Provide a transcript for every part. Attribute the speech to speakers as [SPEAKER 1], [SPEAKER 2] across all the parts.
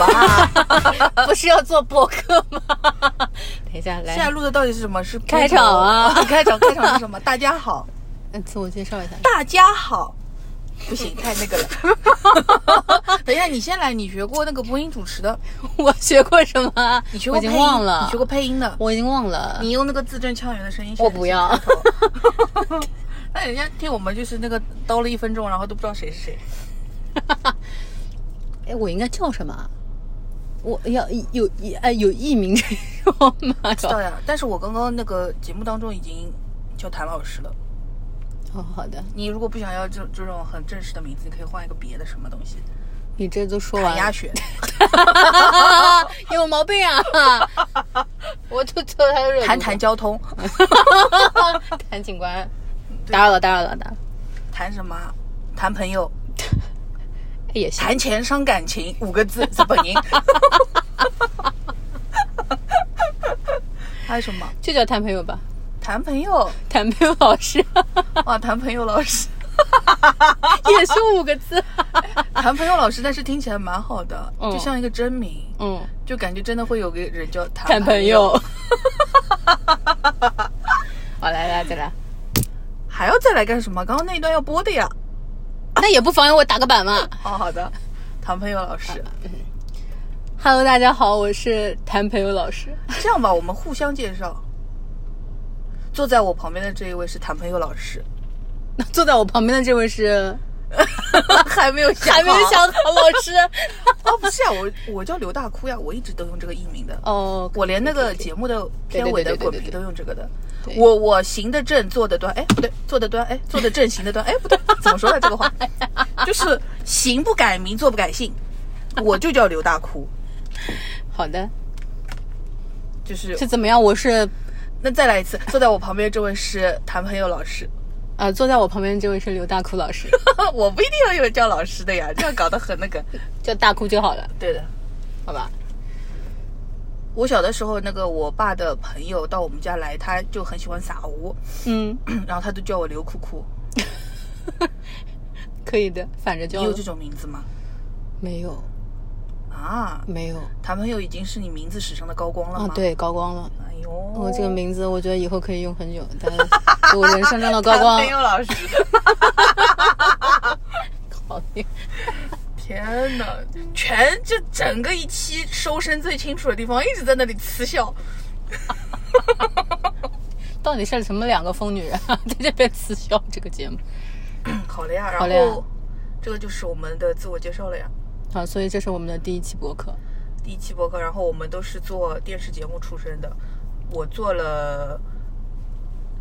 [SPEAKER 1] 啊 不是要做播客吗？ 等一下，
[SPEAKER 2] 现在
[SPEAKER 1] 来，
[SPEAKER 2] 录的到底是什啊么？是
[SPEAKER 1] 开场啊
[SPEAKER 2] 开 场，开场是什么？大家好，
[SPEAKER 1] 嗯自我介绍一下。
[SPEAKER 2] 大家好。不行，太那个 了。等一下，你先来，你学过那个播音主持的，
[SPEAKER 1] 我学过什么？
[SPEAKER 2] 你学
[SPEAKER 1] 我
[SPEAKER 2] 过
[SPEAKER 1] 已
[SPEAKER 2] 配
[SPEAKER 1] 经
[SPEAKER 2] 音，
[SPEAKER 1] 忘了。
[SPEAKER 2] 你学过，配音的，
[SPEAKER 1] 我已经忘了。
[SPEAKER 2] 你用那个字正腔圆的声 音。
[SPEAKER 1] 我不要。
[SPEAKER 2] 那哎人家听我们就是那个叨了一分钟，然后都不知道谁是谁。
[SPEAKER 1] 哎，我应该叫什么啊？我要有一哎有艺名这种吗？
[SPEAKER 2] 知道呀，但是我刚刚那个节目当中已经叫谭老师了。
[SPEAKER 1] 哦，好的，
[SPEAKER 2] 你如果不想要这这种很正式的名字，你可以换一个别的什么东西，
[SPEAKER 1] 你这都说
[SPEAKER 2] 谭
[SPEAKER 1] 完
[SPEAKER 2] 鸭
[SPEAKER 1] 了，
[SPEAKER 2] 血。
[SPEAKER 1] 有毛病 啊！我就知道他热度
[SPEAKER 2] 谈 谈交通，
[SPEAKER 1] 谭警官，
[SPEAKER 2] 对
[SPEAKER 1] 打扰了，打扰了，打扰了，
[SPEAKER 2] 谈什么？谈朋友，
[SPEAKER 1] 哎也行。
[SPEAKER 2] 谈钱伤感情，五个字是本音。 还有什么？
[SPEAKER 1] 就叫谭朋友吧，
[SPEAKER 2] 谈朋友
[SPEAKER 1] 谭朋友老师
[SPEAKER 2] 哇，谈朋友老师，
[SPEAKER 1] 也是五个字。
[SPEAKER 2] 谈朋友老师，但是听起来蛮好的，
[SPEAKER 1] 嗯
[SPEAKER 2] 就像一个真名，
[SPEAKER 1] 嗯，
[SPEAKER 2] 就感觉真的会有个人叫谈
[SPEAKER 1] 谭朋
[SPEAKER 2] 友。
[SPEAKER 1] 友。 好，来来再来，
[SPEAKER 2] 还要再来干什么？刚刚那一段要播的呀。
[SPEAKER 1] 那也不妨碍我打个板嘛。
[SPEAKER 2] 哦，好的，谈朋友老师，
[SPEAKER 1] Hello，大家好，我是谭朋友老师。
[SPEAKER 2] 这样吧，我们互相介绍。坐在我旁边的这一位是谈朋友老师，
[SPEAKER 1] 那坐在我旁边的这位是
[SPEAKER 2] 还没有想
[SPEAKER 1] 还没有
[SPEAKER 2] 好
[SPEAKER 1] 想好老师。
[SPEAKER 2] 哦，不是啊，我我叫刘大哭呀，我一直都用这个艺名的，
[SPEAKER 1] 哦，
[SPEAKER 2] 我连那个节目的片尾的滚皮都用这个的
[SPEAKER 1] 对对对对对。对
[SPEAKER 2] 我我行得正，坐得端，哎，不对，坐得端，哎，坐得正，行得端，哎，不对，怎么说呢？这个 话就是行不改名，坐不改姓，我就叫刘大哭，
[SPEAKER 1] 好的，
[SPEAKER 2] 就是
[SPEAKER 1] 是怎么样？我是
[SPEAKER 2] 那再来一次，坐在我旁边这位是谭朋友老师，
[SPEAKER 1] 呃，坐在我旁边的这位是刘大哭老师，
[SPEAKER 2] 我不一定要有人叫老师的呀，这样搞得很那个。
[SPEAKER 1] 叫大哭就好了，
[SPEAKER 2] 对的，
[SPEAKER 1] 好吧？
[SPEAKER 2] 我小的时候，那个我爸的朋友到我们家来，他就很喜欢撒胡，
[SPEAKER 1] 嗯，
[SPEAKER 2] 然后他就叫我刘哭哭。
[SPEAKER 1] 可以的，反着叫
[SPEAKER 2] 你有这种名字吗？
[SPEAKER 1] 没有
[SPEAKER 2] 啊，
[SPEAKER 1] 没有
[SPEAKER 2] 谈朋友已经是你名字史上的高光了
[SPEAKER 1] 啊
[SPEAKER 2] 吗？，，
[SPEAKER 1] 对，高光了。
[SPEAKER 2] 哎呦，
[SPEAKER 1] 我
[SPEAKER 2] 我
[SPEAKER 1] 这个名字，我觉得以后可以用很久， 但是我人生中的高光
[SPEAKER 2] 朋，友老师，
[SPEAKER 1] 好
[SPEAKER 2] 天哪，全这整个一期收声最清楚的地方一直在那里嗤笑，
[SPEAKER 1] 到底是什么两个疯女人 在这边刺笑这个节目？
[SPEAKER 2] 嗯好了呀，
[SPEAKER 1] 好了
[SPEAKER 2] 然
[SPEAKER 1] 呀
[SPEAKER 2] 后这个就是我们的自我介绍了呀。
[SPEAKER 1] 好，所以这是我们的第一期播客，
[SPEAKER 2] 第一期播客，然后我们都是做电视节目出身的，我做了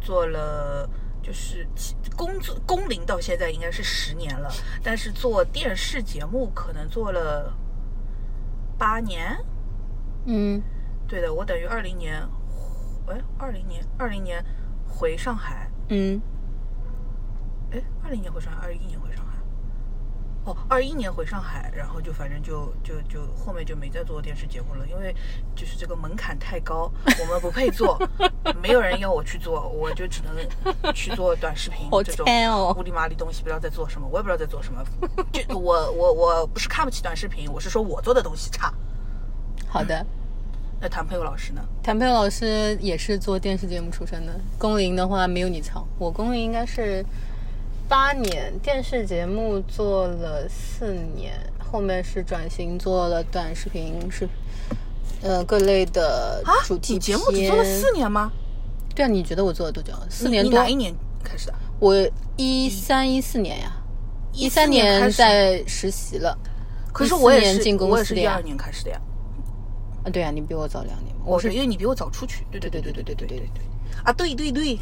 [SPEAKER 2] 做了就是其工作工龄到现在应该是十年了，但是做电视节目可能做了八年，
[SPEAKER 1] 嗯，
[SPEAKER 2] 对的，我等于二零年，哎，二零年二零年回上海，
[SPEAKER 1] 嗯，
[SPEAKER 2] 哎，二零年回上海，二一年回上海。哦，二一年回上海，然后就反正就就就后面就没再做电视节目了，因为就是这个门槛太 高，我们不配做，没有人要我去做，我就只能去做短视频
[SPEAKER 1] 好
[SPEAKER 2] 这种
[SPEAKER 1] 惨哦
[SPEAKER 2] 乌里麻里东西，不知道在做什么，我也不知道在做什么。就我我我不是看不起短视频，我是说我做的东西差。
[SPEAKER 1] 好
[SPEAKER 2] 嗯
[SPEAKER 1] 的。
[SPEAKER 2] 那谭佩友老师呢？
[SPEAKER 1] 谭佩老师也是做电视节目出身的，工龄的话没有你长，我工龄应该是八年，电视节目做了四年，后面是转型做了短视频，是呃各类的
[SPEAKER 2] 啊，
[SPEAKER 1] 主题
[SPEAKER 2] 你节
[SPEAKER 1] 片。
[SPEAKER 2] 目只做了四年吗？
[SPEAKER 1] 对啊，你觉得我做了多久？四
[SPEAKER 2] 你
[SPEAKER 1] 年
[SPEAKER 2] 你
[SPEAKER 1] 多
[SPEAKER 2] 哪。一年开始的？
[SPEAKER 1] 我一三一四年呀，一
[SPEAKER 2] 14
[SPEAKER 1] 三
[SPEAKER 2] 开
[SPEAKER 1] 年
[SPEAKER 2] 始，
[SPEAKER 1] 在实习了。
[SPEAKER 2] 可是我
[SPEAKER 1] 14
[SPEAKER 2] 也
[SPEAKER 1] 年
[SPEAKER 2] 是
[SPEAKER 1] 进公
[SPEAKER 2] 我也
[SPEAKER 1] 司
[SPEAKER 2] 是
[SPEAKER 1] 的
[SPEAKER 2] 一
[SPEAKER 1] 呀
[SPEAKER 2] 二年开始的呀。
[SPEAKER 1] 啊，对啊，你比我早两年嘛。
[SPEAKER 2] 我
[SPEAKER 1] 我
[SPEAKER 2] 是哦
[SPEAKER 1] 是
[SPEAKER 2] 因为你比我早出去。对对对对对对对对对对。啊，对对 对，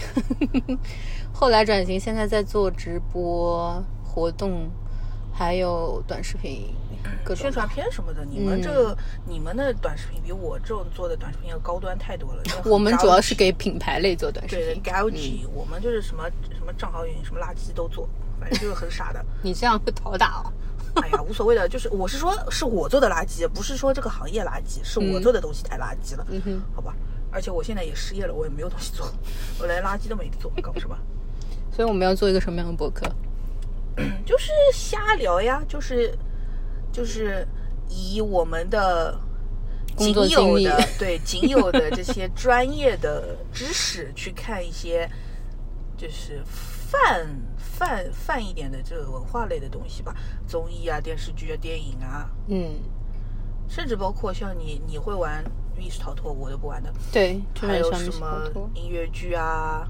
[SPEAKER 1] 后来转型，现在在做直播活动，还有短视频，各种
[SPEAKER 2] 宣传。片什么的，你们这个你们的短视频比我这种做的短视频要高端太多了。因为 很
[SPEAKER 1] 我们主要是
[SPEAKER 2] gougy
[SPEAKER 1] 给品牌类做短视
[SPEAKER 2] 对
[SPEAKER 1] 频。
[SPEAKER 2] gougy，我嗯们就是什么什么账号运营什么垃圾都做，反正就是很傻的。
[SPEAKER 1] 你这样会讨打哦。
[SPEAKER 2] 哎呀，无所谓的，就是我是说是我做的垃圾，不是说这个行业垃圾，是我做的东西太垃圾了，
[SPEAKER 1] 嗯哼，
[SPEAKER 2] 好吧？而且我现在也失业了，我也没有东西做，我连垃圾都没得做，搞什么？
[SPEAKER 1] 所以我们要做一个什么样的博客？
[SPEAKER 2] 就是瞎聊呀，就是就是以我们的
[SPEAKER 1] 工
[SPEAKER 2] 仅
[SPEAKER 1] 作经
[SPEAKER 2] 有
[SPEAKER 1] 历
[SPEAKER 2] 的对仅有的这些专业的知识去看一些就是泛泛泛一点的这个文化类的东西吧，综艺啊、电视剧啊、电影啊，
[SPEAKER 1] 嗯，
[SPEAKER 2] 甚至包括像你你会玩密室逃脱，我都不玩的，
[SPEAKER 1] 对，基
[SPEAKER 2] 还
[SPEAKER 1] 本
[SPEAKER 2] 有
[SPEAKER 1] 上
[SPEAKER 2] 什
[SPEAKER 1] 没什
[SPEAKER 2] 么
[SPEAKER 1] 么脱。
[SPEAKER 2] 音乐剧啊、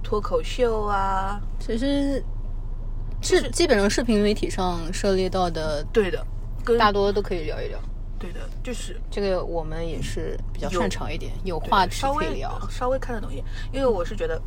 [SPEAKER 2] 脱口秀啊，
[SPEAKER 1] 其实是基本上视频媒体上涉猎到的，
[SPEAKER 2] 对的，跟
[SPEAKER 1] 大多都可以聊一聊。
[SPEAKER 2] 对的，就是
[SPEAKER 1] 这个我们也是比较
[SPEAKER 2] 有
[SPEAKER 1] 擅长一点，有
[SPEAKER 2] 对
[SPEAKER 1] 话题
[SPEAKER 2] 稍
[SPEAKER 1] 可以
[SPEAKER 2] 微
[SPEAKER 1] 聊。
[SPEAKER 2] 稍微看得懂一点，因为我是觉得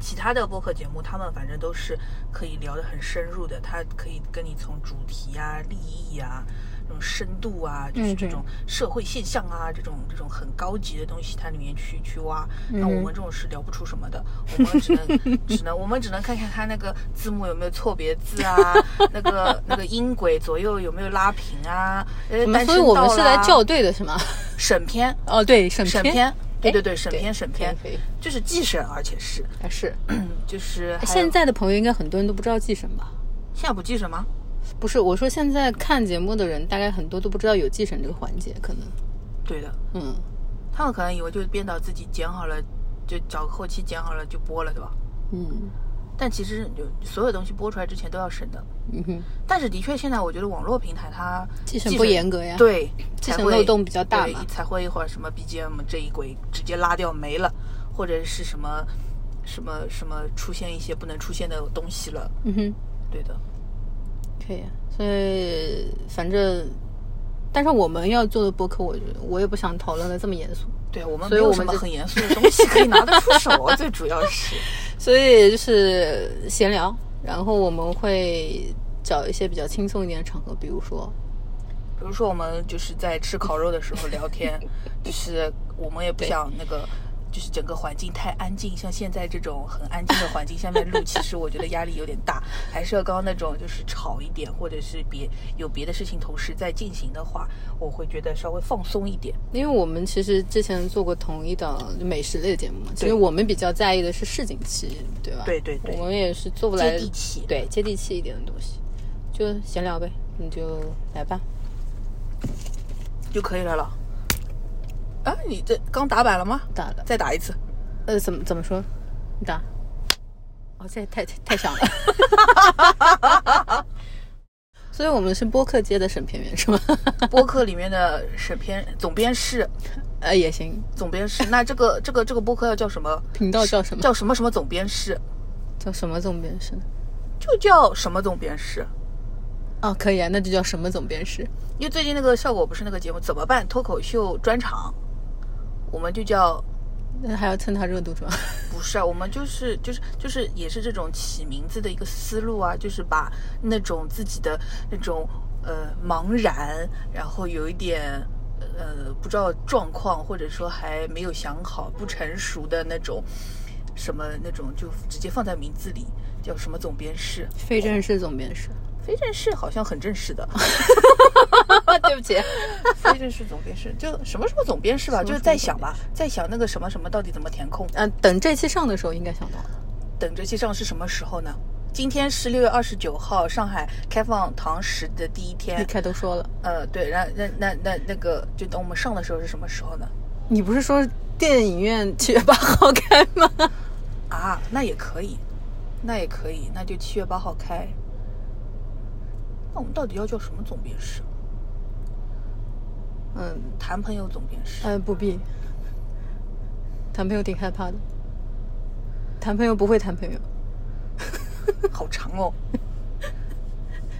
[SPEAKER 2] 其他的播客节目，他们反正都是可以聊得很深入的，他可以跟你从主题啊、利益啊、这种深度啊，就是这
[SPEAKER 1] 嗯哼
[SPEAKER 2] 种社会现象啊，这种这种很高级的东西，它里面去去挖。那我
[SPEAKER 1] 嗯
[SPEAKER 2] 们这种是聊不出什么的，我们只能 只能我们只能看看它那个字幕有没有错别字 啊，那个那个音轨左右有没有拉平啊。呃
[SPEAKER 1] 我们
[SPEAKER 2] 单
[SPEAKER 1] 所以
[SPEAKER 2] 声
[SPEAKER 1] 我们
[SPEAKER 2] 道
[SPEAKER 1] 是来
[SPEAKER 2] 啦
[SPEAKER 1] 校对的，是吗？
[SPEAKER 2] 审片，
[SPEAKER 1] 哦，对，审
[SPEAKER 2] 审
[SPEAKER 1] 片，
[SPEAKER 2] 片，对
[SPEAKER 1] 哎
[SPEAKER 2] 对对，审
[SPEAKER 1] 对
[SPEAKER 2] 片审
[SPEAKER 1] 可以
[SPEAKER 2] 片，
[SPEAKER 1] 可以，
[SPEAKER 2] 就是寄审，而且是
[SPEAKER 1] 还是
[SPEAKER 2] 就是还有
[SPEAKER 1] 哎现在的朋友应该很多人都不知道寄审吧？
[SPEAKER 2] 现在不寄审吗？
[SPEAKER 1] 不是，我说现在看节目的人，大概很多都不知道有寄审这个环节，可能，
[SPEAKER 2] 对的，
[SPEAKER 1] 嗯，
[SPEAKER 2] 他们可能以为就是编导自己剪好了，就找个后期剪好了就播了，对吧？
[SPEAKER 1] 嗯
[SPEAKER 2] 但其实就所有东西播出来之前都要审的。
[SPEAKER 1] 嗯哼，
[SPEAKER 2] 但是的确，现在我觉得网络平台它
[SPEAKER 1] 继承不严格呀。，
[SPEAKER 2] 对，
[SPEAKER 1] 继
[SPEAKER 2] 才
[SPEAKER 1] 承
[SPEAKER 2] 会
[SPEAKER 1] 漏洞比较大
[SPEAKER 2] 对
[SPEAKER 1] 嘛
[SPEAKER 2] 才会一会儿什么 BGM 这一轨直接拉掉没了，或者是什么什么什么出现一些不能出现的东西了。
[SPEAKER 1] 嗯哼，
[SPEAKER 2] 对的，
[SPEAKER 1] 可以啊。所以反正，但是我们要做的播客，我觉得我也不想讨论的这么严肃。
[SPEAKER 2] 对我们
[SPEAKER 1] 所
[SPEAKER 2] 没
[SPEAKER 1] 以
[SPEAKER 2] 有
[SPEAKER 1] 我
[SPEAKER 2] 什
[SPEAKER 1] 们
[SPEAKER 2] 么
[SPEAKER 1] 就
[SPEAKER 2] 很严肃的东西可以拿得出手，哦 最主要是。
[SPEAKER 1] 所以就是闲聊，然后我们会找一些比较轻松一点的场合，比如说，
[SPEAKER 2] 比如说我们就是在吃烤肉的时候聊天，就是我们也不想那个，就是整个环境太安静，像现在这种很安静的环境下面录，其实我觉得压力有点大，还是要刚刚那种就是吵一点，或者是别有别的事情同时在进行的话，我会觉得稍微放松一点。
[SPEAKER 1] 因为我们其实之前做过同一档美食类的节目嘛，其
[SPEAKER 2] 对
[SPEAKER 1] 实我们比较在意的是市井气，对吧？
[SPEAKER 2] 对对对
[SPEAKER 1] 我们也是做不来
[SPEAKER 2] 接地气
[SPEAKER 1] 对接地气一点的东西，就闲聊呗，你就来吧。
[SPEAKER 2] 就可以了了。啊，你这刚打板了吗？
[SPEAKER 1] 打了，
[SPEAKER 2] 再打一次。
[SPEAKER 1] 呃，怎么怎么说？你打？哦，这太太太响了。 所以我们是播客界的审片员是吗？
[SPEAKER 2] 播客里面的审片总编室，
[SPEAKER 1] 呃，也行。
[SPEAKER 2] 总编 室。那这个这个这个播客要叫什么？
[SPEAKER 1] 频道叫什么？
[SPEAKER 2] 叫什么什么总编室？
[SPEAKER 1] 叫什么总编室呢？
[SPEAKER 2] 就叫什么总编室？
[SPEAKER 1] 哦，可以啊，那就叫什么总编室？
[SPEAKER 2] 因为最近那个效果不是那个节目怎么办脱口秀专场，我们就叫
[SPEAKER 1] 那还要蹭他热度是吧？
[SPEAKER 2] 不是啊，我们就是就是就是也是这种起名字的一个思路啊，就是把那种自己的那种呃茫然，然后有一点呃不知道状况，或者说还没有想好、不成熟的那种什么那种，就直接放在名字里，叫什么总编室？
[SPEAKER 1] 非正式总编室。
[SPEAKER 2] 非正式好像很正式的，
[SPEAKER 1] 对不起，
[SPEAKER 2] 非正式总编室，就什么什么总编室吧，
[SPEAKER 1] 什么
[SPEAKER 2] 就是
[SPEAKER 1] 什么
[SPEAKER 2] 在
[SPEAKER 1] 总
[SPEAKER 2] 想吧，在想那个什么什么到底怎么填空。
[SPEAKER 1] 嗯、等这期上的时候应该想到了。
[SPEAKER 2] 等这期上是什么时候呢？今天是六月二十九号，上海开放堂食的第一
[SPEAKER 1] 你
[SPEAKER 2] 天。
[SPEAKER 1] 开头说了，
[SPEAKER 2] 呃，对，然那那那那个，就等我们上的时候是什么时候呢？
[SPEAKER 1] 你不是说电影院七月八号开吗？
[SPEAKER 2] 啊，那也可以，那也可以，那就七月八号开。那我们到底要叫什么总编室？
[SPEAKER 1] 嗯，
[SPEAKER 2] 谈朋友总编室。
[SPEAKER 1] 呃，不必。谈朋友挺害怕的，谈朋友不会谈朋友，
[SPEAKER 2] 好长哦，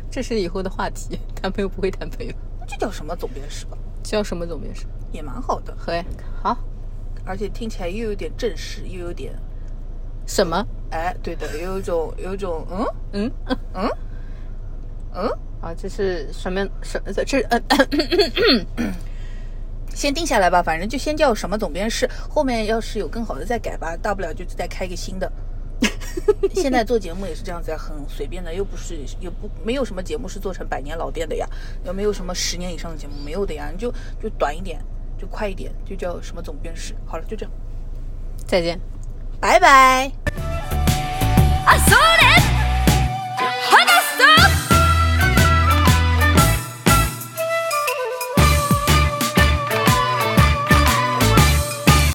[SPEAKER 1] 这是以后的话题。 谈朋友不会谈朋友，
[SPEAKER 2] 那就叫什么总编室吧，
[SPEAKER 1] 叫什么总编室？
[SPEAKER 2] 也蛮好的，
[SPEAKER 1] 可以，好，
[SPEAKER 2] 而且听起来又有点正式，又有点，
[SPEAKER 1] 什么？
[SPEAKER 2] 哎，对的，有一种有一种，嗯
[SPEAKER 1] 嗯，
[SPEAKER 2] 嗯嗯，
[SPEAKER 1] 啊，这是什么什么？这呃，
[SPEAKER 2] 先定下来吧，反正就先叫什么总编室，后面要是有更好的再改吧，大不了就再开个新的。现在做节目也是这样子啊，很随便的，又不是又不没有什么节目是做成百年老店的呀，也没有什么十年以上的节目没有的呀，你就就短一点，就快一点，就叫什么总编室。好了，就这样，
[SPEAKER 1] 再见。
[SPEAKER 2] 拜拜。